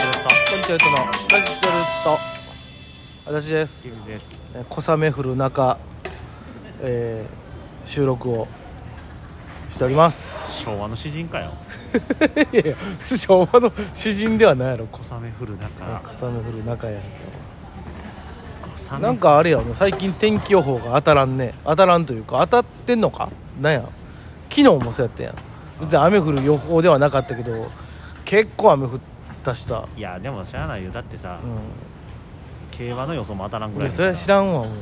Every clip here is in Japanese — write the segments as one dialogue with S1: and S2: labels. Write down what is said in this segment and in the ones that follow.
S1: チュレットのラジチュレット私です
S2: です
S1: えー小雨降る中、えー収録をしております
S2: 昭和の詩人かよ
S1: いやいや昭和の詩人ではないやろ小
S2: 小雨降る中
S1: 小雨降る中やんけ
S2: 小
S1: ど
S2: 雨
S1: なんかあれやね最近天気予報が当たらんね当たらんというか当たってんのかなんや昨日もそうやったやん別に雨降る予報ではなかったけど結構雨降ったしさ
S2: いやでも知らないよだってさ、
S1: うん
S2: 競馬の予想も当たらんぐら
S1: で
S2: い
S1: それは知らんわもう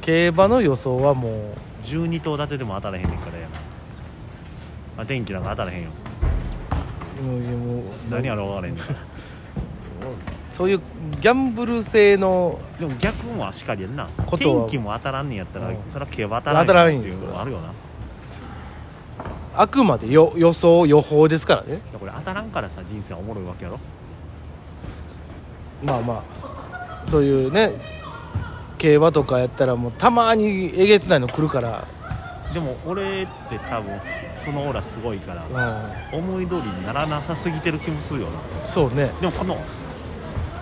S1: 競馬の予想はもう
S2: 12頭立てでも当たらへんねんからやな、まあ、天気なんか当たらへんよ
S1: もうもう
S2: 何やろう分からへんねんから
S1: そういうギャンブル性の
S2: でも逆もあしかりやんな
S1: ことは
S2: 天気も当たらんねんやったら、
S1: うん
S2: それは競馬当たらんよっていうのもあるよな
S1: あくまでよ予想予報ですからね
S2: これ当たらんからさ人生はおもろいわけやろ
S1: まあまあそういうね競馬とかやったらもうたまにえげつないの来るから、
S2: でも俺って多分このオーラすごいから
S1: う、
S2: 思い通りにならなさすぎてる気もするよなん
S1: そうね
S2: でもこの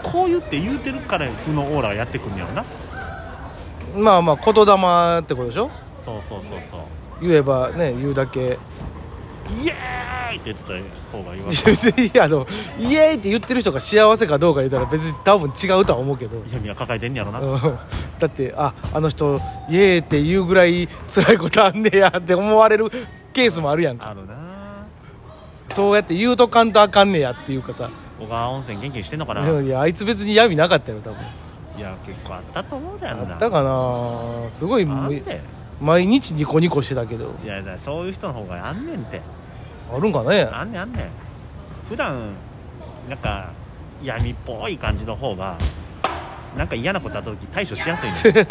S2: こう言って言うてるから負のオーラがやってくんねやろな
S1: まあまあ言霊ってことでしょ
S2: そうそうそうそう
S1: 言えばね言うだけ
S2: イエーイって言ってた方がいいわい
S1: 別にあのイエーイって言ってる人が幸せかどうか言ったら別に多分違うとは思うけど
S2: 闇は抱えてんねやろな、
S1: うんだってああの人イエーって言うぐらい辛いことあんねやって思われるケースもあるやんか
S2: あるな
S1: そうやって言うとかんとあかんねやっていうかさ
S2: 小川温泉元気にしてんのかな、
S1: いやあいつ別に闇なかったよ多分
S2: いや結構あったと思うだよな
S1: あったかなすごい
S2: あん
S1: もう
S2: て
S1: 毎日ニコニコしてたけど
S2: いやだからそういう人の方があんねんって
S1: あるんかね
S2: あんねんあんねん普段なんか闇っぽい感じの方がなんか嫌なことあった時対処しやすいねん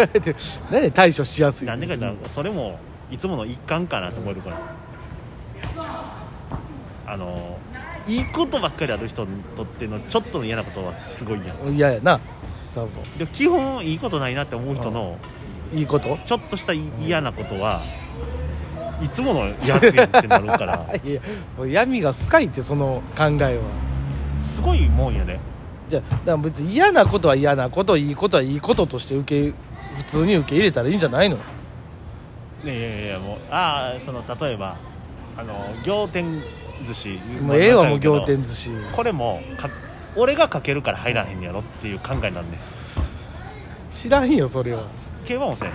S1: 何で対処しやすい
S2: なんでかって言ったらそれもいつもの一環かなと思えるから、あのいいことばっかりある人にとってのちょっとの嫌なことはすごいやん
S1: 嫌ややな多分
S2: でも基本いいことないなって思う人の
S1: いいこと
S2: ちょっとした嫌なことはいつものやつやってなるから
S1: いやもう闇が深いってその考えは
S2: すごいもんやで
S1: じゃあだから別に嫌なことは嫌なこといいことはいいこととして受け普通に受け入れたらいいんじゃないの
S2: いやいやいやもうああその例えばあの仰天寿司
S1: もうええわもう仰天寿司
S2: これもか俺がかけるから入らへんやろっていう考えなんで
S1: 知らんよそれは
S2: 競馬もせん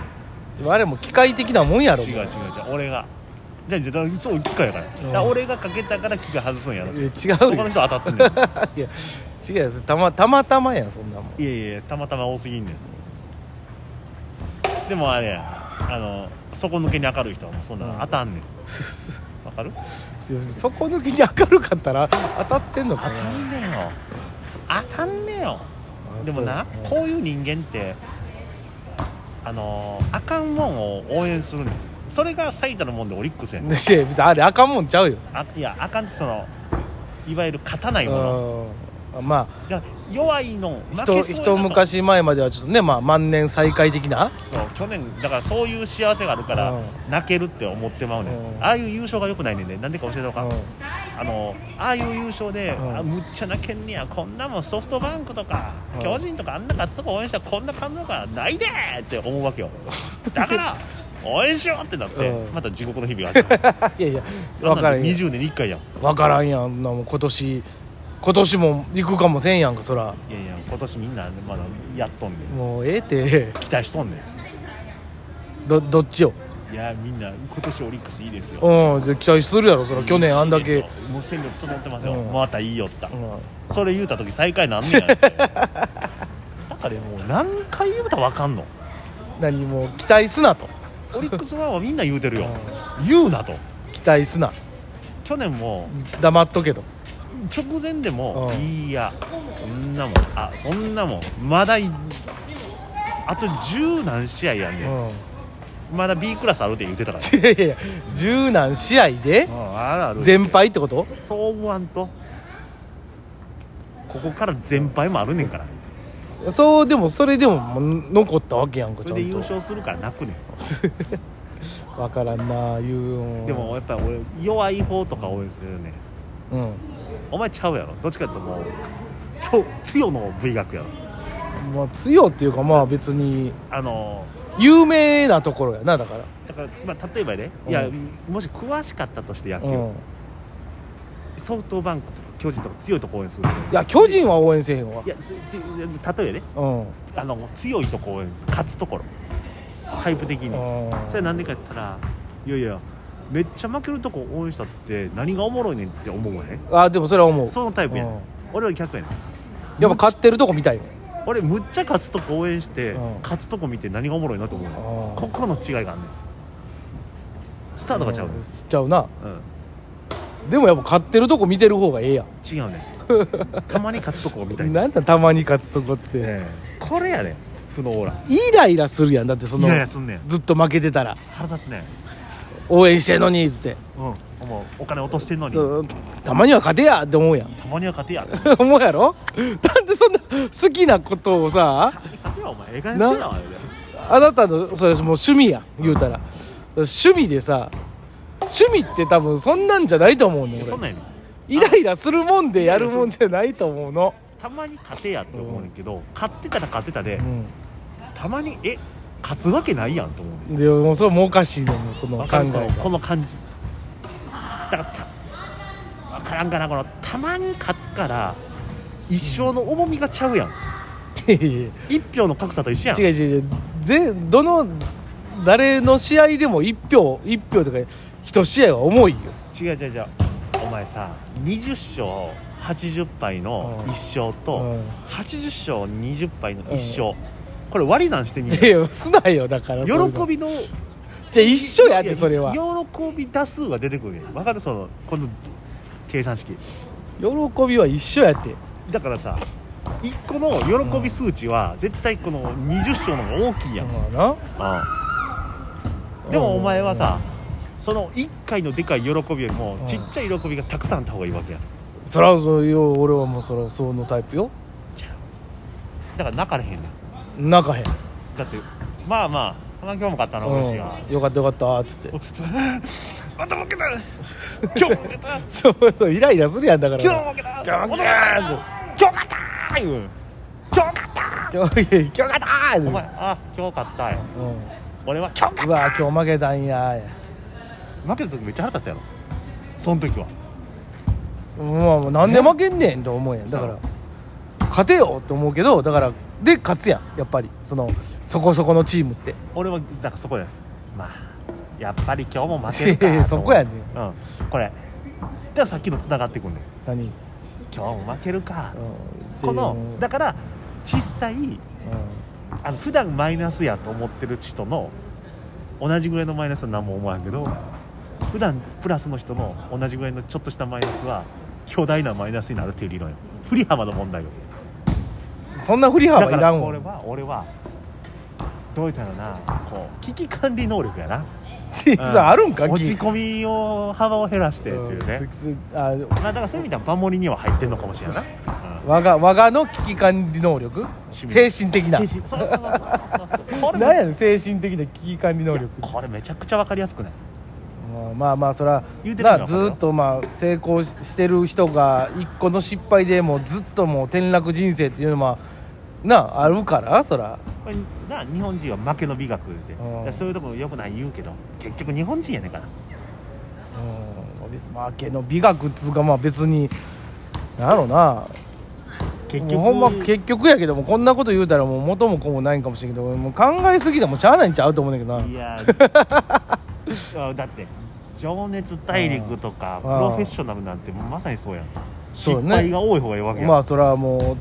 S1: でもあれも機械的なもんやろ
S2: 違う違う
S1: も
S2: 違う俺がじゃあじゃあいつも機械やから,、
S1: うん
S2: 俺がかけたから機械外すんやろ
S1: ういや違う
S2: 他
S1: よ
S2: の人当たってんね
S1: いや違うよそれたまたまたまやんそんなもん
S2: んいやいやいやたまたま多すぎんねんでもあれやあの底抜けに明るい人はもうそんなの当たんねんわかる
S1: いや底抜きに明るかったら当たってんの
S2: 当
S1: か
S2: た
S1: なん
S2: ねよ当たんねよ
S1: あ
S2: でもな
S1: そう
S2: こういう人間ってあのあかんもんを応援するねんそれが最たるもんでオリックスやねん
S1: いや別にあれあかんもんちゃうよ
S2: あいやあかんってそのいわゆる勝たないもの
S1: うんまあ
S2: だから弱いの負けそう
S1: 一
S2: やなと
S1: 一昔前まではちょっとね、まあ、万年再開的な
S2: そう去年だからそういう幸せがあるか
S1: う
S2: ら
S1: ん
S2: 泣けるって思ってまうねん、
S1: うん
S2: ああいう優勝がよくないねんねなんでか教えておか、、
S1: うん ん
S2: あのああいう優勝で、
S1: うん
S2: あむっちゃ泣けんねやこんなもんソフトバンクとか、
S1: うん
S2: 巨人とかあんな勝つとか応援したらこんな感動がないでーって思うわけよだ から応援しようってなって、
S1: うん
S2: また地獄の日々が ある
S1: いやいや分か
S2: あ
S1: らん
S2: んな
S1: よ
S2: ん20年に1回やん
S1: 分からんやんあんなもん今年今年も行くかもせんやんかそら
S2: いやいや今年みんなまだやっとんねん
S1: もうええて
S2: 期待しとんねん
S1: どどっちを
S2: いやみんな今年オリックスいいですよ
S1: うんじゃあ期待するやろそら去年あんだけ、
S2: もう戦力整ってますよ、
S1: うん
S2: またいいよった、
S1: うん、
S2: それ言うた時最下位なん ねやってだからもう何回言うたら分か んの
S1: 何も期待すなと、
S2: オリックスファンはみんな言うてるよ、言うなと
S1: 期待すな
S2: 去年も
S1: 黙っとけと
S2: 直前でも、
S1: うん
S2: いやそんなもんあそんなもんまだいあと十何試合やん
S1: う
S2: ね
S1: ん
S2: ん、まだ B クラスあるって言うてたから、
S1: いやいやいや十何試合で
S2: うんあるある
S1: 全敗ってこと
S2: そう思わんとここから全敗もあるねんから
S1: そうでもそれでももう残ったわけやんかち
S2: そ
S1: ゃ
S2: れで
S1: ん
S2: 優
S1: と
S2: 勝するから泣くねん
S1: 分からんな言うん
S2: でもやっぱ俺弱い方とか応援するよね
S1: うん
S2: お前ちゃうやろどっちかっていうともう強強の部学やろ
S1: まあ強っていうかまあ別に
S2: あの
S1: 有名なところやなだから
S2: だから、まあ、例えばね、
S1: うん
S2: いやもし詳しかったとして野球、
S1: うん
S2: ソフトバンクとか巨人とか強いとこ応援する
S1: いや巨人は応援せえへんわ
S2: いやすて例えばね
S1: うん
S2: あの強いとこ応援する勝つところタイプ的に
S1: うん
S2: それなんでかって言ったらいやいやめっちゃ負けるとこ応援したって何がおもろいねんって思うね
S1: あでもそれは思う
S2: そのタイプやね
S1: うん
S2: ん俺は逆やねん
S1: やっぱ勝ってるとこ見たいもん
S2: 俺むっちゃ勝つとこ応援して、
S1: うん
S2: 勝つとこ見て何がおもろいなと思うねん
S1: うん
S2: ここの違いがあんねんスタートがちゃうねん、うん
S1: ちゃうなでもやっぱ勝ってるとこ見てる方がええやん
S2: 違うねん たまに勝つとこみたいな、
S1: なんだたまに勝つとこって、
S2: ええこれやねん負のオーラ
S1: イライラするやんだってそ
S2: い
S1: の
S2: やいやすんねん
S1: ずっと負けてたら
S2: 腹立つねん
S1: 応援してんのにっつって、
S2: うんもうお金落としてんのに
S1: うんたまには勝てやって思うやん
S2: たまには勝てや
S1: 思うやろなんでそんな好きなことをさ
S2: 勝てやお前ええかげにせえ
S1: な
S2: やお前
S1: あなたのそれもう趣味やん言うたら趣味でさ趣味って多分そんなんじゃないと思う
S2: い
S1: ね
S2: や
S1: ん
S2: そん
S1: 俺
S2: なんやねん
S1: イライラするもんでやるもんじゃないと思うの
S2: たまに勝てやって思うねんけど、勝ってたら勝ってたで、
S1: うん
S2: たまにえ勝つわけないやんと思うねん
S1: でもうそれもおかしいねんもうその
S2: わ
S1: 考
S2: か
S1: え
S2: るこのこ
S1: が
S2: の感じだからた分からんかなこのたまに勝つから一生の重みがちゃうやん
S1: いやいや
S2: 一票の格差と一緒やん
S1: 違う違う違うぜどの誰の試合でも1票1票とか1試合は重いよ
S2: 違う違う違うお前さ20勝80敗の
S1: うん
S2: 1勝と、
S1: うん
S2: 80勝20敗の1勝、これ割り算してみ
S1: い
S2: る
S1: やいやすなよだから
S2: 喜
S1: そういうの
S2: びの
S1: じゃあ一緒やっ
S2: い
S1: てそれは
S2: 喜び打数が出てくるねんわかるそのこの計算式
S1: 喜びは一緒やって
S2: だからさ1個の喜び数値は絶対この20勝の方が大きいやん、
S1: まあな
S2: うんでもお前はさその1回のでかい喜びよりも
S1: うん
S2: ちっちゃい喜びがたくさんあった方がいいわけやん
S1: そらそうよ俺はもうそらそのタイプよ
S2: だから泣かれへんねん
S1: 泣かへん
S2: だってまあまあまあ今日も勝ったな嬉しいわ
S1: うんよかったよかったっつって
S2: お また負けた今日も負けた
S1: そうそうイライラするやんだから
S2: 今日も負けた
S1: 今日も負けた
S2: 今日勝ったー言う今日勝った
S1: 今日いや今日勝ったー
S2: お前あ今日勝ったよ
S1: う
S2: 俺は今日勝
S1: ん、う
S2: っ
S1: わ今日負けたんや
S2: た負けた時めっちゃ腹立つやろその時は
S1: もうなんで負けんねんと思うやんだから勝てよって思うけどだからで勝つやんやっぱりそのそこそこのチームって
S2: 俺はだからそこでまあやっぱり今日も負けるかと思う
S1: そこやね
S2: うんこれではさっきのつながってくんねん
S1: 何、うん
S2: 今日も負けるか
S1: で
S2: この
S1: うん
S2: だから小さいあの普段マイナスやと思ってる人の同じぐらいのマイナスは何も思わんけど普段プラスの人の同じぐらいのちょっとしたマイナスは巨大なマイナスになるっていう理論よ振り幅の問題よ
S1: そんな振り
S2: だ
S1: 幅
S2: か
S1: い
S2: ら
S1: らん
S2: 俺
S1: わ
S2: は俺はどう言ったらなこう危機管理能力やな
S1: さあるんか
S2: 落ち
S1: き
S2: 込みを幅を減らしてっていう
S1: う
S2: ね
S1: んつつあ
S2: まあだからそういう意味では守りには入ってんのかもしれ ないな、うん
S1: 我が我がの危機管理能力
S2: 趣
S1: 精
S2: 味
S1: 神的な
S2: 精神そうそうそうそうそうこれ
S1: なん
S2: め
S1: やねん精神的な危機管理能力
S2: これめちゃくちゃ分かりやすくない
S1: まあまあまあそら
S2: 言うてる意味
S1: な
S2: わ
S1: ず
S2: かるよ
S1: ーっとまあ成功ししてる人が一個の失敗でもうずっともう転落人生っていうのはなああるからそら
S2: これな日本人は負けの美学で、
S1: うん
S2: だからそういうところよくない言うけど結局日本人やねんから
S1: うん別に負けの美学っつうかまあ別になんやろな
S2: 結
S1: もう
S2: 局
S1: ほんま結局やけどもこんなこと言うたらもう元も子もないんかもしれんけどもう考えすぎてもしゃあないんちゃうと思うねんだけどない
S2: や ーあだって情熱大陸とかプ
S1: うん
S2: ロフェッショナルなんてまさにそうやん
S1: そう
S2: 失
S1: ね
S2: 敗が多い方がいいわけやん、
S1: まあそれはもう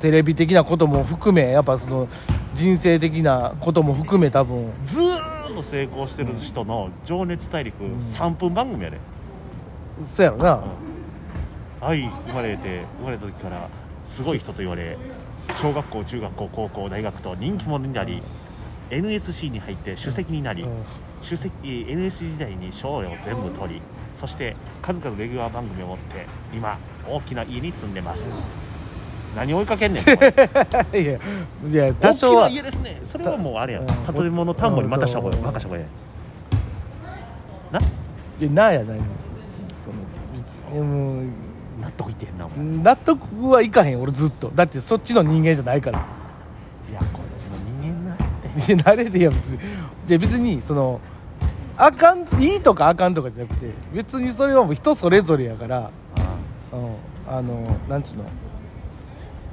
S1: テレビ的なことも含めやっぱその人生的なことも含め多分
S2: ずーっと成功してる人の情熱大陸
S1: ん
S2: 3分番組やで、
S1: そうやろな、
S2: 愛生まれて生まれた時からすごい人と言われ小学校中学校高校大学と人気者になり、NSC に入って首席になり、
S1: うん
S2: 首席 NSC 時代に賞与を全部取りそして数々レギュラー番組を持って今大きな家に住んでます何追いかけんねんお前
S1: いやいや 多
S2: 大
S1: 少
S2: きな
S1: は
S2: 家ですねそれはもうあれやん
S1: うん
S2: 建物田んぼにまたした方がいい
S1: うん
S2: 任した方がいい
S1: いやなんやないの別にその別にもう
S2: 納得いってへんなお前
S1: 納得はいかへん俺ずっとだってそっちの人間じゃないから
S2: いやこっちの人間なんて
S1: いや慣れてや別にじゃあ別にそのあかんいいとかあかんとかじゃなくて別にそれはもう人それぞれやから
S2: あ
S1: うんあのなんちゅうの、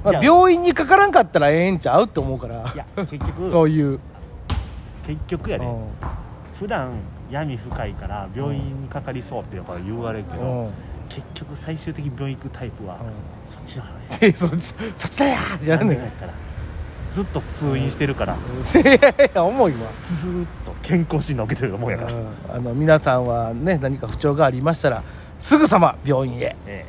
S1: ま
S2: じゃ
S1: あ、
S2: あ
S1: 病院にかからんかったらええんちゃうって思うから
S2: あいや結局
S1: そういう、
S2: 結局や
S1: う
S2: で、
S1: ん
S2: 普段闇深いから病院にかかりそうってよく言われるけ
S1: う
S2: ど、
S1: んうん
S2: 結局最終的に病院行くタイプは、そっちなのね
S1: でそっちそっちだよじゃあ
S2: なんで
S1: ね
S2: やからずっと通院してるから、
S1: せや重いわ
S2: ずーっと健康診断受けてるよもうやから、
S1: うんあの皆さんはね何か不調がありましたらすぐさま病院へ
S2: ええ